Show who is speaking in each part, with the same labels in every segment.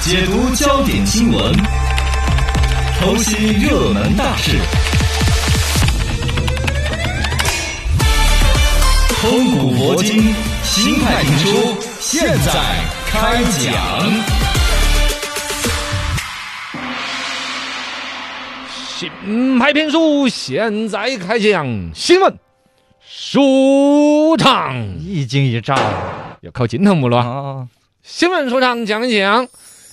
Speaker 1: 解读焦点新闻，剖析热门大事，通古博今，新派评书，现在开讲。
Speaker 2: 新派评书现在开讲新闻说唱，
Speaker 3: 一惊一乍的
Speaker 2: 要考金堂木了啊。
Speaker 3: 啊
Speaker 2: 新闻说唱讲一讲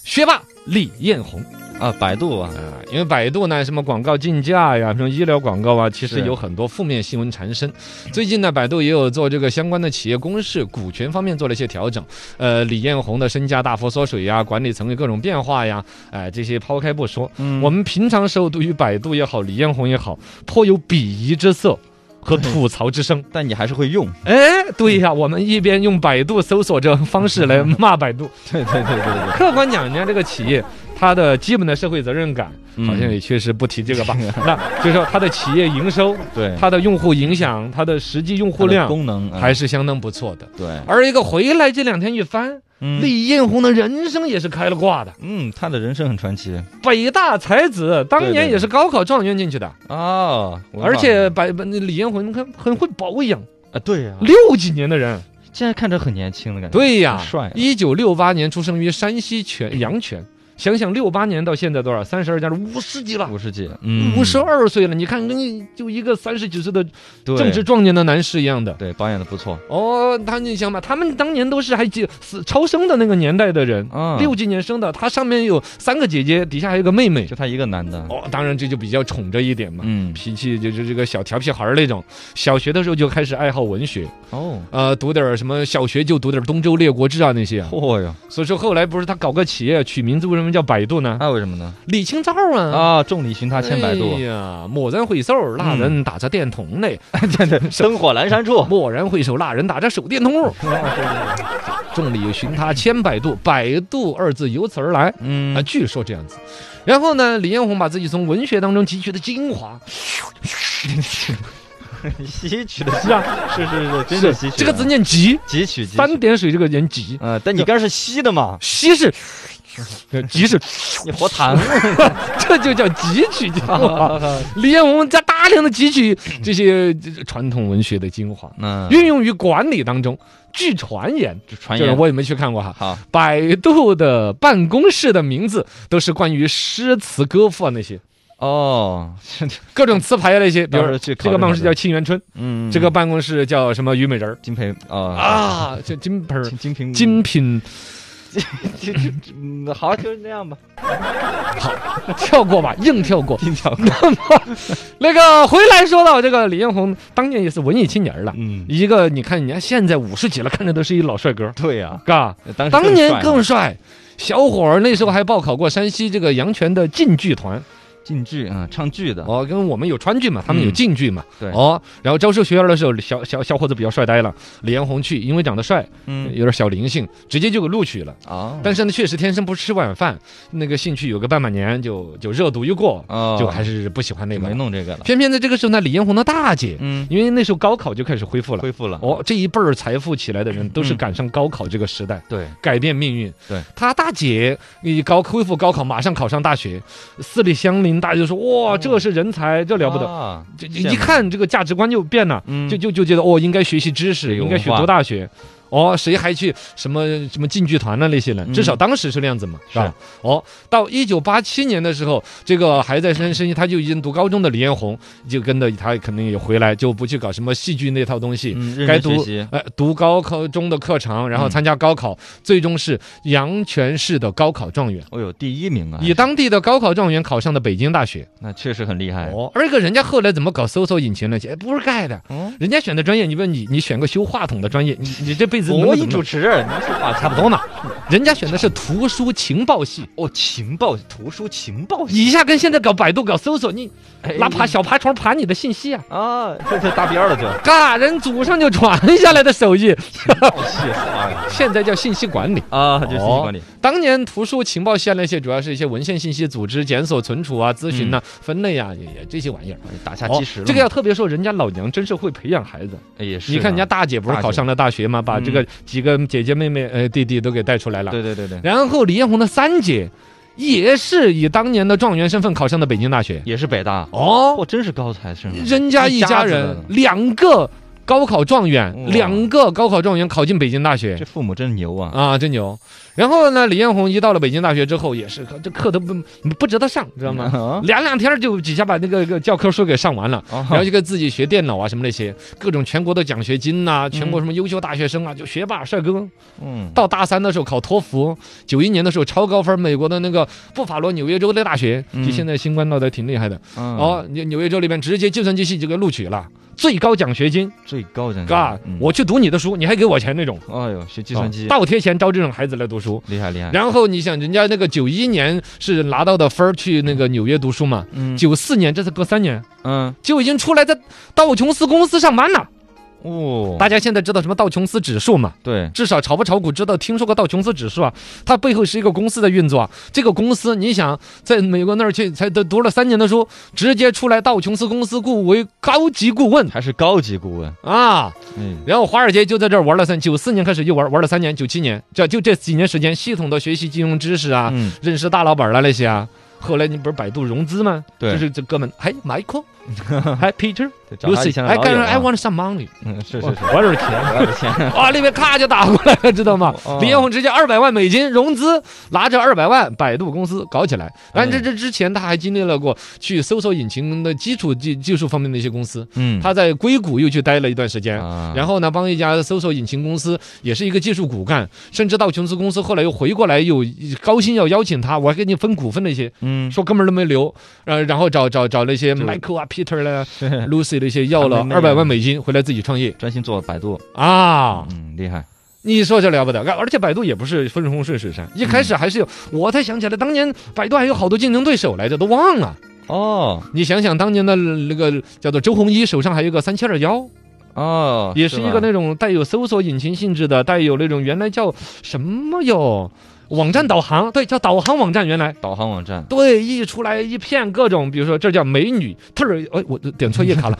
Speaker 2: 学霸李彦宏
Speaker 3: 啊！百度啊，
Speaker 2: 啊，因为百度呢，什么广告竞价呀，什么医疗广告啊，其实
Speaker 3: 是
Speaker 2: 有很多负面新闻缠身。最近呢，百度也有做这个相关的企业公示、股权方面做了一些调整。呃，李彦宏的身价大幅缩水呀，管理层的各种变化呀，哎、这些抛开不说，
Speaker 3: 嗯
Speaker 2: 我们平常时候对于百度也好，李彦宏也好，颇有鄙夷之色。 和吐槽之声，
Speaker 3: 但你还是会用，
Speaker 2: 哎，对呀，我们一边用百度搜索这方式 来骂百度，
Speaker 3: 对对对对对，
Speaker 2: 客观讲，人家这个企业它的基本的社会责任感，
Speaker 3: 嗯
Speaker 2: 好像也确实不提这个 吧？那就是说它的企业营收、
Speaker 3: 对
Speaker 2: 它的用户影响、它的实际用户
Speaker 3: 它的
Speaker 2: 量
Speaker 3: 功能啊
Speaker 2: 还是相当不错的。
Speaker 3: 对，
Speaker 2: 而一个回来这两天一翻，
Speaker 3: 嗯
Speaker 2: 李彦宏的人生也是开了挂的。
Speaker 3: 嗯，他的人生很传奇
Speaker 2: 北大才子，当
Speaker 3: 对对
Speaker 2: 年
Speaker 3: 对
Speaker 2: 也是高考状元进去的，
Speaker 3: 哦，文化
Speaker 2: 而且百不李彦宏很很会保养，
Speaker 3: 啊，对呀，
Speaker 2: 六几年的人，
Speaker 3: 现在看着很年轻的感觉，
Speaker 2: 对呀
Speaker 3: 很，帅啊，
Speaker 2: 一九六八年出生于山西泉阳泉，想想六八年到现在多少？三十二加五十几了，
Speaker 3: 五十几，嗯
Speaker 2: 五十二岁了。你看，跟一就一个三十几岁的
Speaker 3: 对
Speaker 2: 正值壮年的男士一样的。
Speaker 3: 对保养的不错，
Speaker 2: 哦，他你想吧，他们当年都是还几死超生的那个年代的人，
Speaker 3: 啊
Speaker 2: 六几年生的，他上面有三个姐姐，底下还有个妹妹
Speaker 3: 就。他一个男的，
Speaker 2: 哦，当然这就比较宠着一点嘛。
Speaker 3: 嗯，
Speaker 2: 脾气就是这个小调皮孩儿那种，小学的时候就开始爱好文学，
Speaker 3: 哦，
Speaker 2: 呃，读点儿什么，小学就读点儿《东周列国志》啊那些啊。
Speaker 3: 嚯哟，
Speaker 2: 所以说后来不是他搞个企业，取名字为什么叫百度呢？
Speaker 3: 那为什么呢？
Speaker 2: 李清照啊，
Speaker 3: 啊，众里寻他千百度
Speaker 2: 哎，呀，蓦然回首，那人打着电筒嘞；
Speaker 3: 灯火阑珊处，
Speaker 2: 蓦然回首，那人打着手电
Speaker 3: 哦
Speaker 2: 筒。众里寻他千百度，百度二字由此而来
Speaker 3: 嗯
Speaker 2: 啊，，据说这样子。然后呢，李彦宏把自己从文学当中汲取的精华，
Speaker 3: 吸取的是啊，是是是，真是吸取的，
Speaker 2: 这个字念汲，
Speaker 3: 汲取汲取
Speaker 2: 三，点水这个人汲，
Speaker 3: 呃，但你刚是吸的嘛，
Speaker 2: 吸是，呃汲是，
Speaker 3: 你活啊痰
Speaker 2: 这就叫汲取 精华。
Speaker 3: 了，
Speaker 2: 李彦宏在大量的汲取这些这这传统文学的精华。
Speaker 3: 嗯，
Speaker 2: 运用于管理当中。据传言，
Speaker 3: 就传
Speaker 2: 就是
Speaker 3: 言
Speaker 2: 我也没去看过哈。
Speaker 3: 好，
Speaker 2: 百度的办公室的名字都是关于诗词歌赋啊那些
Speaker 3: 哦，
Speaker 2: 各种词牌啊那些，比
Speaker 3: 到
Speaker 2: 如
Speaker 3: 时候
Speaker 2: 说
Speaker 3: 去考
Speaker 2: 这个
Speaker 3: 虑
Speaker 2: 办
Speaker 3: 考
Speaker 2: 公室
Speaker 3: 虑
Speaker 2: 叫沁园春，
Speaker 3: 嗯，
Speaker 2: 这个办公室叫什么虞美人儿
Speaker 3: 金培啊
Speaker 2: 啊，这金盆儿
Speaker 3: 金金瓶
Speaker 2: 精品
Speaker 3: 金金，嗯好，就是那样吧，
Speaker 2: 跳过吧， 硬跳过。
Speaker 3: 金条，
Speaker 2: 那个回来说到这个李彦宏，当年也是文艺青年儿了，
Speaker 3: 嗯，
Speaker 2: 一个你看人家现在五十几了，看着都是一老帅哥儿，
Speaker 3: 对呀，
Speaker 2: 嘎。
Speaker 3: 当时
Speaker 2: 当年
Speaker 3: 帅
Speaker 2: 更帅，小伙儿那时候还报考过山西这个阳泉的晋剧团，
Speaker 3: 进剧啊，唱剧的，
Speaker 2: 哦，跟我们有川剧嘛，他们有
Speaker 3: 嗯
Speaker 2: 晋剧嘛，
Speaker 3: 对
Speaker 2: 哦，然后招收学员的时候，小小小伙子比较帅呆了，李彦宏去，因为长得帅，有
Speaker 3: 嗯，
Speaker 2: 点小灵性，直接就给录取了。
Speaker 3: 啊，
Speaker 2: 但是呢，确实天生不吃晚饭，那个兴趣有个半把年就就热度一过，
Speaker 3: 哦，
Speaker 2: 就还是不喜欢那
Speaker 3: 就
Speaker 2: 个
Speaker 3: 没
Speaker 2: 了。
Speaker 3: 弄这个了，
Speaker 2: 偏偏在这个时候呢，李彦宏的大姐，
Speaker 3: 嗯，
Speaker 2: 因为那时候高考就开始恢复了。
Speaker 3: 恢复了，
Speaker 2: 哦，这一辈儿财富起来的人，都是
Speaker 3: 嗯
Speaker 2: 赶上高考这个时代。
Speaker 3: 对，
Speaker 2: 改变命运。
Speaker 3: 对，
Speaker 2: 他大姐一高恢复高考，马上考上大学，四里相邻，大家就说哇，
Speaker 3: 哦
Speaker 2: 这是人才，这了不得。
Speaker 3: 得，
Speaker 2: 这
Speaker 3: 啊羡慕
Speaker 2: 一看这个价值观就变了，
Speaker 3: 嗯，
Speaker 2: 就就就觉得哦，应该学习知识，
Speaker 3: 这个
Speaker 2: 应
Speaker 3: 文
Speaker 2: 该去读
Speaker 3: 化
Speaker 2: 大学。哦，谁还去什么什么进剧团啊呢？那些人，
Speaker 3: 嗯
Speaker 2: 至少当时是那样子嘛，是吧？哦，到一九八七年的时候，这个还在山西，他就已经读高中的李彦宏，就跟着他肯定也回来，就不去搞什么戏剧那套东西，
Speaker 3: 嗯认
Speaker 2: 该
Speaker 3: 真学
Speaker 2: 读
Speaker 3: 习，
Speaker 2: 呃，读高考中的课程，然后
Speaker 3: 嗯
Speaker 2: 参加高考，最终是阳泉市的高考状元，
Speaker 3: 哦呦，第一名啊，
Speaker 2: 以当地的高考状元考上的北京大学。
Speaker 3: 那确实很厉害，
Speaker 2: 哦，而一个人家后来怎么搞搜索引擎那些，哎不是盖的。
Speaker 3: 嗯，
Speaker 2: 人家选的专业，你问你，你选个修话筒的专业，你你这辈子能
Speaker 3: 我
Speaker 2: 够
Speaker 3: 一
Speaker 2: 怎么
Speaker 3: 主
Speaker 2: 弄
Speaker 3: 持人，你说话
Speaker 2: 差不多嘛。人家选的是图书情报系，
Speaker 3: 哦，情报图书情报系，
Speaker 2: 你一下跟现在搞百度搞搜索，你
Speaker 3: 哎
Speaker 2: 拉爬小爬虫爬你的信息啊，
Speaker 3: 啊，这就搭边儿了 就，
Speaker 2: 嘎，人祖上就传下来的手艺，
Speaker 3: 报系，哎呀
Speaker 2: 现在叫信息管理。
Speaker 3: 啊，就信息管理，
Speaker 2: 当年图书情报线那些主要是一些文献信息组织、检索、存储啊、咨询呐、分类啊，也也这些玩意儿。
Speaker 3: 嗯打下基石了嘛，
Speaker 2: 哦这个要特别说，人家老娘真是会培养孩子。
Speaker 3: 也是啊，
Speaker 2: 你看人家大姐不是考上了大学吗？把这个几个姐姐妹妹、呃弟弟都给带出来来了。
Speaker 3: 对对对对，
Speaker 2: 然后李彦宏的三姐也是以当年的状元身份考上的北京大学。
Speaker 3: 也是北大，
Speaker 2: 哦，
Speaker 3: 我真是高材生啊，
Speaker 2: 人家一家
Speaker 3: 一家
Speaker 2: 人
Speaker 3: 子的
Speaker 2: 两个高考状元，
Speaker 3: 哇
Speaker 2: 两个高考状元考进北京大学
Speaker 3: 这。父母真牛啊！
Speaker 2: 啊，真牛！然后呢，李彦宏一到了北京大学之后，也是这课都不不值得上，知道吗？
Speaker 3: 啊，
Speaker 2: 两两天就几下把那个个教科书给上完了。然后
Speaker 3: 哦
Speaker 2: 就给自己学电脑啊什么那些，各种全国的奖学金呐、全国什么优秀大学生啊，就学霸帅哥。
Speaker 3: 嗯，
Speaker 2: 到大三的时候考托福，九一年的时候超高分，美国的那个布法罗纽约州的大学，
Speaker 3: 嗯
Speaker 2: 就现在新冠闹得挺厉害的。
Speaker 3: 嗯
Speaker 2: 哦，纽纽约州里面直接计算机系就给录取了，最高奖学金，
Speaker 3: 最高奖
Speaker 2: 嘎
Speaker 3: 嗯，
Speaker 2: 我去读你的书，你还给我钱那种。
Speaker 3: 哎呦，学计算机
Speaker 2: 哦倒贴钱招这种孩子来读书。
Speaker 3: 厉害厉害，
Speaker 2: 然后你想，人家那个九一年是拿到的分儿去那个纽约读书嘛，
Speaker 3: 嗯
Speaker 2: 九四年这才隔三年
Speaker 3: 嗯
Speaker 2: 就已经出来在道琼斯公司上班了。
Speaker 3: 哦，
Speaker 2: 大家现在知道什么道琼斯指数嘛？
Speaker 3: 对，
Speaker 2: 至少炒不炒股知道听说过道琼斯指数啊，它背后是一个公司的运作啊。这个公司，你想在美国那儿去才读读了三年的书，直接出来道琼斯公司雇为高级顾问
Speaker 3: 还是高级顾问，
Speaker 2: 啊。
Speaker 3: 嗯
Speaker 2: 然后华尔街就在这儿玩了三，九四年开始又玩玩了三年，九七年这就这几年时间，系统的学习金融知识啊，
Speaker 3: 嗯，
Speaker 2: 认识大老板了那些啊。后来你不是百度融资吗？
Speaker 3: 对
Speaker 2: 就是这哥们，还 Michael，还 Peter，
Speaker 3: 对找他以
Speaker 2: Lucy，
Speaker 3: 前的
Speaker 2: 还
Speaker 3: 老
Speaker 2: 干
Speaker 3: 友
Speaker 2: 上
Speaker 3: 啊
Speaker 2: I want some money，
Speaker 3: 嗯是是
Speaker 2: 哎我
Speaker 3: 是，
Speaker 2: 我点钱。
Speaker 3: 我的天，
Speaker 2: 啊，那边咔就打过来了，知道吗
Speaker 3: 哦？
Speaker 2: 李彦宏直接二百万美金融资，拿着二百万，百度公司搞起来。但这
Speaker 3: 哎
Speaker 2: 这之前，他还经历了过去搜索引擎的基础技技术方面的一些公司，
Speaker 3: 嗯，
Speaker 2: 他在硅谷又去待了一段时间。
Speaker 3: 啊
Speaker 2: 然后呢，帮一家搜索引擎公司，也是一个技术骨干，甚至道琼斯公司后来又回过来，又高薪要邀请他，我还给你分股份那些，
Speaker 3: 嗯
Speaker 2: 说哥们儿都没留，呃，然后找找找那些
Speaker 3: 就
Speaker 2: Michael 啊、Peter 啦、
Speaker 3: 是
Speaker 2: Lucy 那些要了
Speaker 3: 他们那
Speaker 2: 二
Speaker 3: 个
Speaker 2: 百万美金回来自己创业
Speaker 3: 专心做百度，
Speaker 2: 啊。
Speaker 3: 嗯厉害，
Speaker 2: 你说这了不得，而且百度也不是分红顺水山，一开
Speaker 3: 嗯
Speaker 2: 始还是有，我才想起来，当年百度还有好多竞争对手来着，都忘了。
Speaker 3: 哦
Speaker 2: 你想想当年的那个叫做周鸿祎手上还有个三七二幺，
Speaker 3: 哦，
Speaker 2: 也是一
Speaker 3: 吧
Speaker 2: 个那种带有搜索引擎性质的，带有那种原来叫什么哟，网站导航，对，叫导航网站原来。
Speaker 3: 导航网站，
Speaker 2: 对，一出来一片各种，比如说这叫美女，特儿，哎，我点错 页卡了，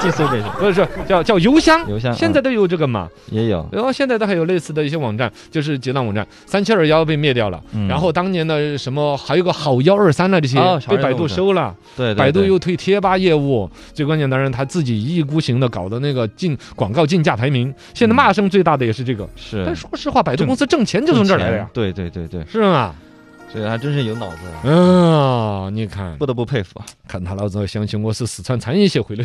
Speaker 3: 这搜 这是
Speaker 2: 不是叫叫邮箱，
Speaker 3: 邮箱，
Speaker 2: 现在都有这个嘛。
Speaker 3: 嗯也有，
Speaker 2: 然后现在都还有类似的一些网站，就是结账网站，三七二幺被灭掉了，
Speaker 3: 嗯
Speaker 2: 然后当年的什么还有个好幺二三了啊这些、
Speaker 3: 哦
Speaker 2: 被百度收了，
Speaker 3: 对，对
Speaker 2: 百度
Speaker 3: 对
Speaker 2: 又推贴吧业务，最关键当然他自己一意孤行的搞的那个竞广告竞价排名，现在骂声最大的也是这个。
Speaker 3: 是，
Speaker 2: 但说实话，百度
Speaker 3: 挣
Speaker 2: 公司挣钱就从这儿来的呀，
Speaker 3: 对对对对，
Speaker 2: 是吗？
Speaker 3: 这个还真是有脑子啊，
Speaker 2: 嗯、你看，
Speaker 3: 不得不佩服。
Speaker 2: 看他老子相信我是四川餐饮协会的。